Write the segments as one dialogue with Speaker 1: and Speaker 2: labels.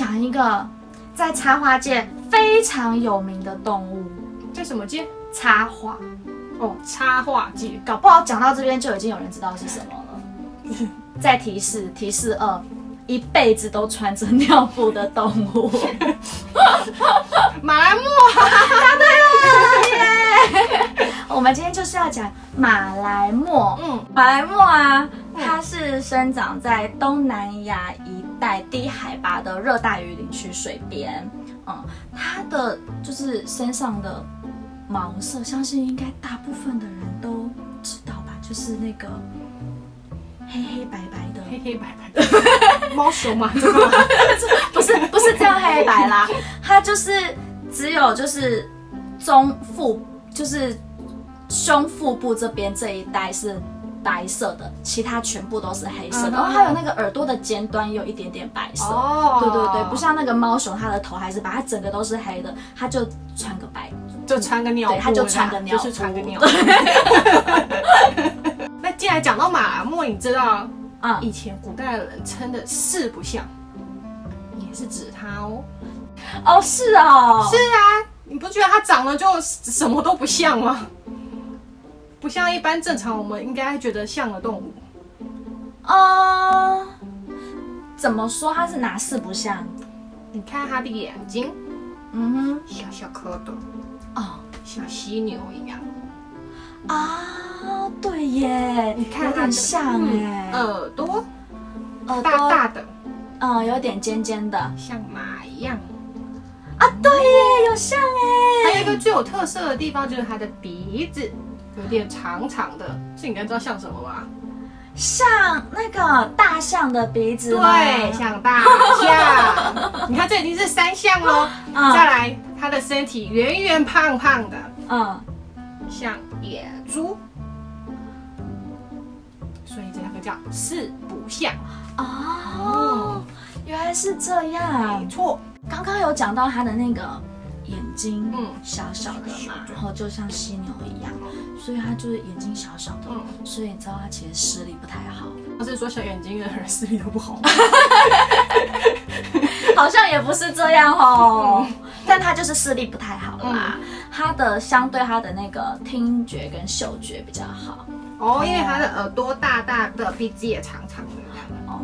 Speaker 1: 玩一个在插花界非常有名的动物
Speaker 2: 在什么界？
Speaker 1: ——插花。
Speaker 2: 哦，插画界。
Speaker 1: 搞不好讲到这边就已经有人知道是什么了。再提示，提示二：一辈子都穿着尿布的动物。
Speaker 2: 马来木
Speaker 1: 我们今天就是要讲马来貘。
Speaker 2: 嗯，
Speaker 1: 马来貘啊，它是生长在东南亚一带低海拔的热带雨林区水边。嗯，它的就是身上的毛色，相信应该大部分的人都知道吧，就是那个黑黑白白的，
Speaker 2: 黑黑白白 的猫熊嘛，这个吗
Speaker 1: 不是不是这样黑白啦，它就是只有就是中腹就是胸腹部这边这一带是白色的，其他全部都是黑色的。
Speaker 2: 嗯
Speaker 1: 然后还有那个耳朵的尖端有一点点白色。
Speaker 2: 哦
Speaker 1: 对对对，不像那个猫熊，它的头还是白，它整个都是黑的，它就穿个白。
Speaker 2: 就穿个尿布
Speaker 1: 对
Speaker 2: 啦，
Speaker 1: 他就穿个尿布
Speaker 2: 就是穿个 尿布。那既然讲到马来貘，你知道
Speaker 1: 啊、
Speaker 2: 以前古代的人称的四不像，也是指它哦。
Speaker 1: 哦是哦，
Speaker 2: 是啊，你不觉得它长得就什么都不像吗？不像一般正常我们应该觉得像的动物，
Speaker 1: 哦、怎么说它是哪四不像？
Speaker 2: 你看它的眼睛，
Speaker 1: 嗯
Speaker 2: 小小蝌蚪，
Speaker 1: 哼，哦
Speaker 2: 像犀牛一样。
Speaker 1: 啊，对耶，
Speaker 2: 你
Speaker 1: 有
Speaker 2: 看它的
Speaker 1: 点像哎、
Speaker 2: 嗯耳朵
Speaker 1: 耳朵
Speaker 2: 大大的，
Speaker 1: 嗯，有点尖尖的啊，
Speaker 2: 像马一样。
Speaker 1: 对耶，有像哎、
Speaker 2: 还有一个最有特色的地方就是它的鼻子有点长长的，这你应该知道像什么吧？
Speaker 1: 像那个大象的鼻子吗，
Speaker 2: 对，像大象。你看这已经是三项喽。
Speaker 1: 嗯
Speaker 2: 再来，它的身体圆圆胖胖的，
Speaker 1: 嗯，
Speaker 2: 像野猪。所以这两个叫四不像，
Speaker 1: 哦，原来是这
Speaker 2: 没
Speaker 1: 样。
Speaker 2: 错。
Speaker 1: 刚刚有讲到它的那个眼睛，
Speaker 2: 嗯
Speaker 1: 小小的
Speaker 2: 小
Speaker 1: 嘛
Speaker 2: 小，的
Speaker 1: 然后就像犀牛一样，所以它就是眼睛小小的，
Speaker 2: 嗯
Speaker 1: 所以你知道它其实视力不太好，
Speaker 2: 要是说小眼睛的人视力都不好，
Speaker 1: 好像也不是这样哦，但他就是视力不太好啦，他的相对他的那个听觉跟嗅觉比较好
Speaker 2: 哦，因为它的耳朵大大的，鼻子也长长的。
Speaker 1: 哦，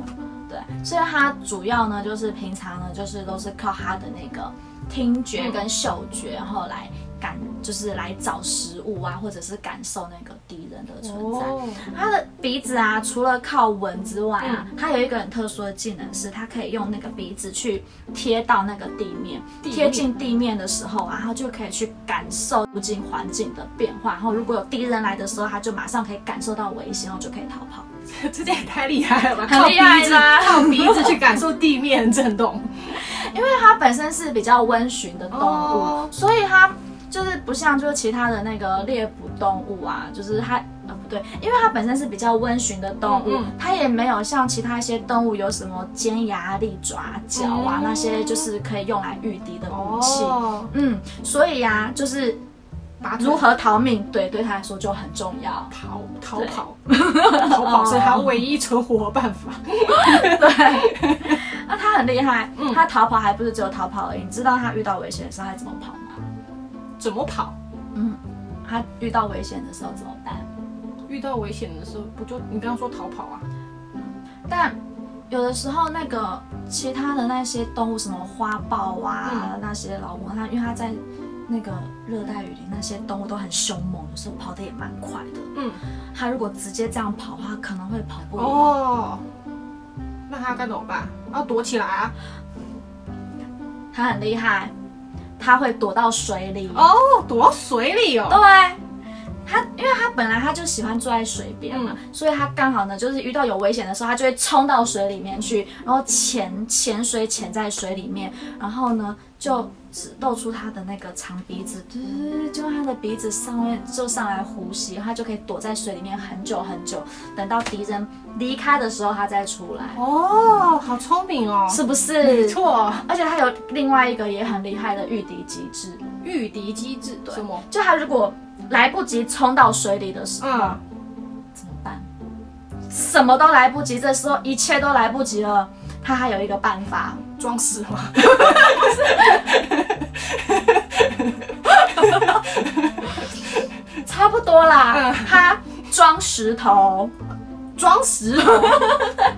Speaker 1: 对，所以他主要呢就是平常呢就是都是靠他的那个听觉跟嗅觉，然后来感就是来找食物啊，或者是感受那个敌人的存在。
Speaker 2: 哦，
Speaker 1: 它的鼻子啊，除了靠闻之外啊，
Speaker 2: 嗯
Speaker 1: 它有一个很特殊的技能，是它可以用那个鼻子去贴到那个地面，
Speaker 2: 地面
Speaker 1: 贴近地面的时候啊，它就可以去感受附近环境的变化。然后如果有敌人来的时候，它就马上可以感受到危险，然后就可以逃跑。
Speaker 2: 这这也太厉害了吧！
Speaker 1: 很厉害啦
Speaker 2: 靠鼻子，靠鼻子去感受地面震动。
Speaker 1: 因为它本身是比较温驯的动物，
Speaker 2: 哦
Speaker 1: 所以它就是不像就是其他的那个猎捕动物啊，就是它呃不对，因为它本身是比较温驯的动物，
Speaker 2: 嗯嗯
Speaker 1: 它也没有像其他一些动物有什么尖牙、利爪、角啊、
Speaker 2: 嗯哦
Speaker 1: 那些就是可以用来御敌的武器。，嗯，所以呀、就是
Speaker 2: 拔出
Speaker 1: 如何逃命，对对它来说就很重要。
Speaker 2: 逃逃 跑，逃跑是他唯一存活的办法。
Speaker 1: 那它很厉害，
Speaker 2: 嗯
Speaker 1: 它逃跑还不是只有逃跑而已，你知道它遇到危险的时候它怎么跑吗？
Speaker 2: 怎么跑？
Speaker 1: 嗯，它遇到危险的时候怎么办？
Speaker 2: 遇到危险的时候，不就你刚刚说逃跑啊？
Speaker 1: 但有的时候那个其他的那些动物，什么花豹啊，
Speaker 2: 嗯
Speaker 1: 那些老虎，它因为它在那个热带雨林，那些动物都很凶猛，有时候跑得也蛮快的。
Speaker 2: 嗯，
Speaker 1: 它如果直接这样跑的话，可能会跑不赢。
Speaker 2: 哦，那他该怎么办？要躲起来啊？
Speaker 1: 它很厉害，它会躲到水里。
Speaker 2: 哦，躲到水里哦。
Speaker 1: 对。它，因为它本来它就喜欢住在水边
Speaker 2: 嗯
Speaker 1: 嘛，所以它刚好呢，就是遇到有危险的时候，它就会冲到水里面去，然后潜潜水潜在水里面，然后呢就只露出它的那个长鼻子，对对对，就用它的鼻子上面就上来呼吸，它就可以躲在水里面很久很久，等到敌人离开的时候，它再出来，
Speaker 2: 哦，好聪明哦。
Speaker 1: 是不
Speaker 2: 没
Speaker 1: 是？
Speaker 2: 错，
Speaker 1: 而且它有另外一个也很厉害的御敌机制，
Speaker 2: 御敌机制什么？
Speaker 1: 就它如果来不及冲到水里的时候。
Speaker 2: 嗯，
Speaker 1: 怎么办？什么都来不及，这时候一切都来不及了。他还有一个办法，
Speaker 2: 装死吗？
Speaker 1: 差不多啦
Speaker 2: 嗯。
Speaker 1: 他装石头，
Speaker 2: 装石头，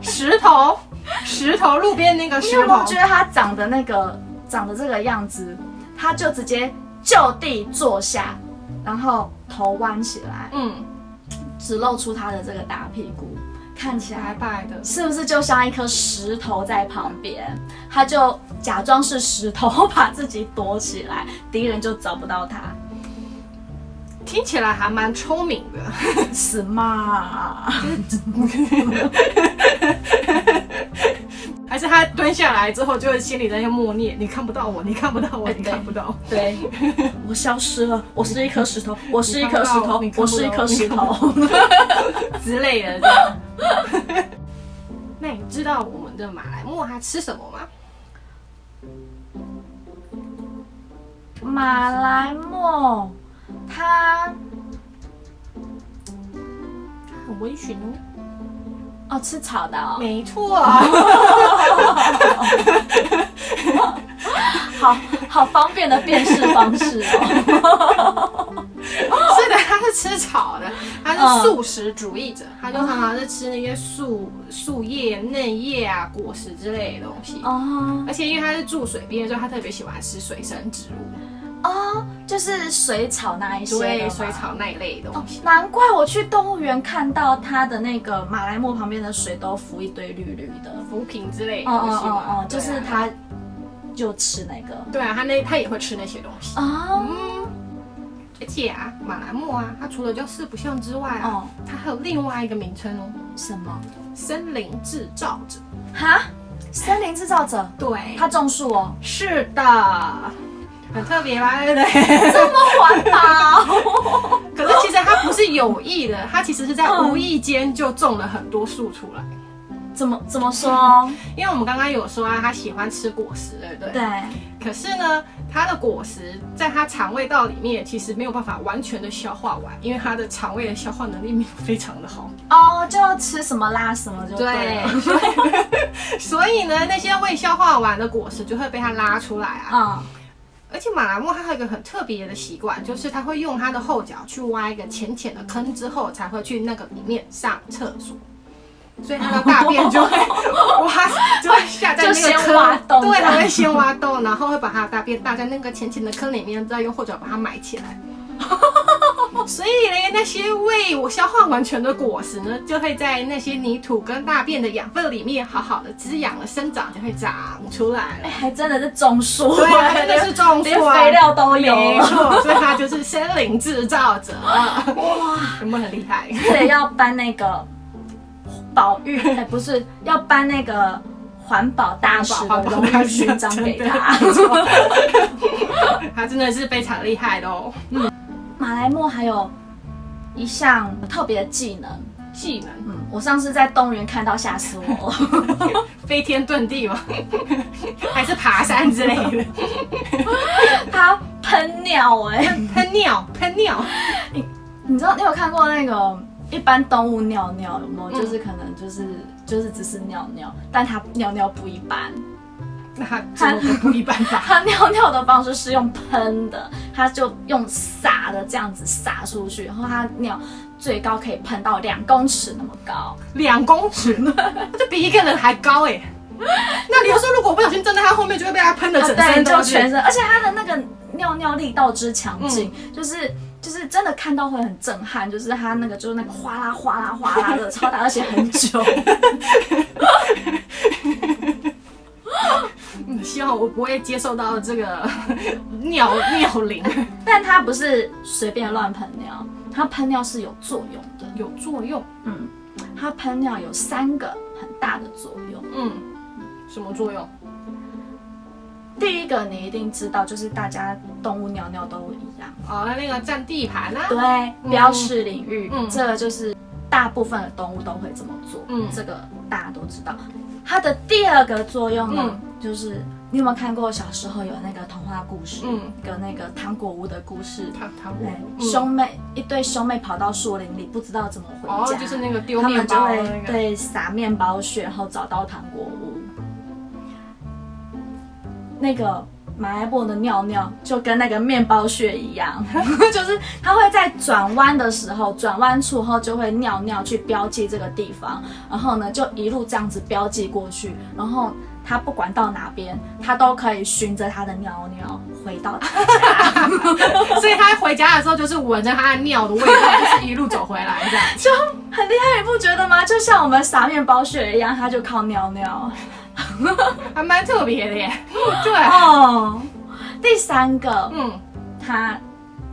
Speaker 2: 石头，石头，路边那个
Speaker 1: 你有
Speaker 2: 石
Speaker 1: 没有
Speaker 2: 头，
Speaker 1: 觉得他长得那个长得这个样子，他就直接就地坐下，然后头弯起来，
Speaker 2: 嗯，
Speaker 1: 只露出他的这个大屁股，看起
Speaker 2: 白
Speaker 1: 来
Speaker 2: 白的，
Speaker 1: 是不是就像一颗石头在旁边？他就假装是石头， 把自己躲起来，敌人就找不到他。
Speaker 2: 听起来还蛮聪明的。
Speaker 1: smart，
Speaker 2: 还是他蹲下来之后，就心里在那默念：“你看不到我，你看不到我，你看不到我。
Speaker 1: 对， 我消失了，我是一颗石头，我是一颗石头
Speaker 2: 你，看
Speaker 1: 我
Speaker 2: 不到
Speaker 1: 是一颗石
Speaker 2: 你看
Speaker 1: 头。
Speaker 2: 之类的这样。 那你知道我们的马来貘它吃什么吗？
Speaker 1: 马来貘，它
Speaker 2: 它很温驯哦。
Speaker 1: 哦吃草的哦，
Speaker 2: 没错，
Speaker 1: 好好方便的辨识方式哦。
Speaker 2: 是的，它是吃草的，它是素食主义者，它就常常是吃那些树树叶、嫩叶啊、果实之类的东西。
Speaker 1: 哦
Speaker 2: 而且因为它是住水边，所以它特别喜欢吃水生植物，
Speaker 1: 哦，就是水草那一些，哦
Speaker 2: 对水。草那一类的东西。
Speaker 1: 难怪我去动物园看到它的那个马来貘旁边的水都浮一堆绿绿的。
Speaker 2: 浮萍之类的
Speaker 1: 哦
Speaker 2: 东
Speaker 1: 哦哦
Speaker 2: 西嘛，
Speaker 1: 哦，就是
Speaker 2: 对啊
Speaker 1: 它就吃那个。
Speaker 2: 对啊，它那它也会吃那些东西。
Speaker 1: 哦
Speaker 2: 而且啊，马来貘啊，它除了叫四不像之外啊，
Speaker 1: 哦，
Speaker 2: 它还有另外一个名称哦，
Speaker 1: 什么？
Speaker 2: 森林制造者。
Speaker 1: 哈？森林制造者，
Speaker 2: 对，
Speaker 1: 他种树哦，
Speaker 2: 是的，很特别吧，对不 对？
Speaker 1: 这么环保。
Speaker 2: 可是其实它不是有意的，它其实是在无
Speaker 1: 嗯
Speaker 2: 意间就种了很多树出来。
Speaker 1: 怎么怎么说？
Speaker 2: 因为我们刚刚有说啊，它喜欢吃果实，对不对？
Speaker 1: 对，。
Speaker 2: 可是呢，它的果实在它肠胃道里面其实没有办法完全的消化完，因为它的肠胃的消化能力没有非常的好。啊
Speaker 1: 哦，就吃什么拉什么就对了。
Speaker 2: 所以 所以呢，那些未消化完的果实就会被它拉出来啊。
Speaker 1: 嗯，
Speaker 2: 而且马来貘它还有一个很特别的习惯，就是它会用它的后脚去挖一个浅浅的坑，之后才会去那个里面上厕所。所以它的大便就会挖，就会下在
Speaker 1: 哦就
Speaker 2: 那个
Speaker 1: 先
Speaker 2: 坑，
Speaker 1: 挖洞
Speaker 2: 对，
Speaker 1: 这样
Speaker 2: 它会先挖洞，然后会把它的大便搭在那个浅浅的坑里面，再用后脚把它埋起来。所以呢，那些未我消化完全的果实呢，就会在那些泥土跟大便的养分里面好好的滋养了生长，就会长出来了
Speaker 1: 哎。还真的是种树，
Speaker 2: 对啊，真的是种
Speaker 1: 连
Speaker 2: 树啊，
Speaker 1: 肥料都有
Speaker 2: 没错，所以他就是森林制造 者。哇，有没有很厉害？
Speaker 1: 对，要搬那个保 育，哎，不是要搬那个环保大使的荣誉勋章给 他。
Speaker 2: 他真的是非常厉害的哦，
Speaker 1: 马来貘还有一项特别的技能，
Speaker 2: 技能
Speaker 1: 嗯，我上次在动物园看到，吓死我 了。
Speaker 2: 飞天遁地嘛， 还是爬山之类的，
Speaker 1: 它喷尿、哎。
Speaker 2: 喷尿喷尿，
Speaker 1: 你知道你有看过那个一般动物尿尿有没
Speaker 2: 嗯
Speaker 1: 有？就是可能就是就是只是尿尿，但它尿尿不一般，
Speaker 2: 那他怎么不一般吧？
Speaker 1: 它尿尿的方式是用喷的，它就用撒的这样子撒出去，然后它尿最高可以喷到两公尺那么高。
Speaker 2: 两公尺，就比一个人还高哎。那你又说，如果我不小心站在他后面，就会被他喷的 整
Speaker 1: 啊对，
Speaker 2: 身
Speaker 1: 就
Speaker 2: 都是
Speaker 1: 全身，而且它的那个尿尿力道之强劲，
Speaker 2: 嗯
Speaker 1: 就是。就是真的看到会很震撼，就是它那个就是那个哗啦哗啦哗啦的超大，而且很 久。
Speaker 2: 嗯希望我不会接受到这个 尿尿淋，
Speaker 1: 但它不是随便乱喷尿，它喷尿是有作用的。
Speaker 2: 有作用。
Speaker 1: 嗯，它喷尿有三个很大的作用。
Speaker 2: 嗯，什么作用？
Speaker 1: 第一个你一定知道，就是大家动物尿尿都一样，
Speaker 2: 哦，那那个占地盘啦、啊。
Speaker 1: 对，
Speaker 2: 嗯
Speaker 1: 标示领域，
Speaker 2: 嗯
Speaker 1: 这个就是大部分的动物都会这么做，
Speaker 2: 嗯
Speaker 1: 这个大家都知道。它的第二个作用呢，
Speaker 2: 嗯
Speaker 1: 就是你有没有看过小时候有那个童话故事，
Speaker 2: 嗯
Speaker 1: 有那个糖果屋的故事，
Speaker 2: 他他嗯
Speaker 1: 对
Speaker 2: 我
Speaker 1: 兄妹一对兄妹跑到树林里，不知道怎么回
Speaker 2: 哦
Speaker 1: 家，，
Speaker 2: 就是那个丢
Speaker 1: 他
Speaker 2: 面啊
Speaker 1: 们就
Speaker 2: 包的
Speaker 1: 会
Speaker 2: 那个。
Speaker 1: 对撒面包屑，然后找到糖果屋。那个马来貘的尿尿就跟那个面包屑一样， 就是它会在转弯的时候，转弯处后就会尿尿去标记这个地方，然后呢就一路这样子标记过去，然后它不管到哪边，它都可以循着它的尿尿回到 它家，
Speaker 2: 所以他回家的时候就是闻着他的尿的味道，就是一路走回来这样。
Speaker 1: 就很厉害，你不觉得吗？就像我们撒面包屑一样，它就靠尿尿。
Speaker 2: 还蛮特别的耶。对，
Speaker 1: 哦，第三个，
Speaker 2: 嗯，
Speaker 1: 它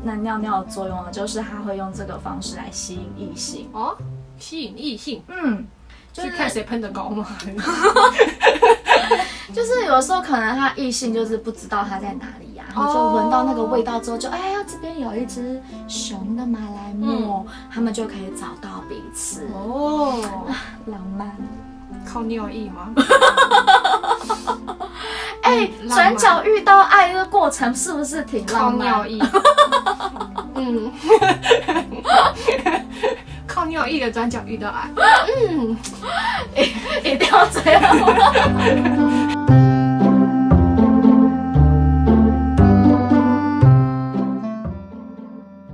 Speaker 1: 那尿尿的作用呢，就是它会用这个方式来吸引异性。
Speaker 2: 哦，吸引异性，
Speaker 1: 嗯，就是是
Speaker 2: 看谁喷的高吗？
Speaker 1: 就是有时候可能它异性就是不知道它在哪里呀、然后就
Speaker 2: 哦
Speaker 1: 闻到那个味道之后就，哎呀，这边有一只熊的马来貘，他们就可以找到彼此，
Speaker 2: 哦，
Speaker 1: 浪漫。
Speaker 2: 靠尿意吗？
Speaker 1: 哎、
Speaker 2: 漫
Speaker 1: 转角遇到爱的过程是不是挺
Speaker 2: 靠
Speaker 1: 浪
Speaker 2: 尿
Speaker 1: 漫？
Speaker 2: 意。 嗯，靠尿意的转角遇到爱。
Speaker 1: 一定要这样。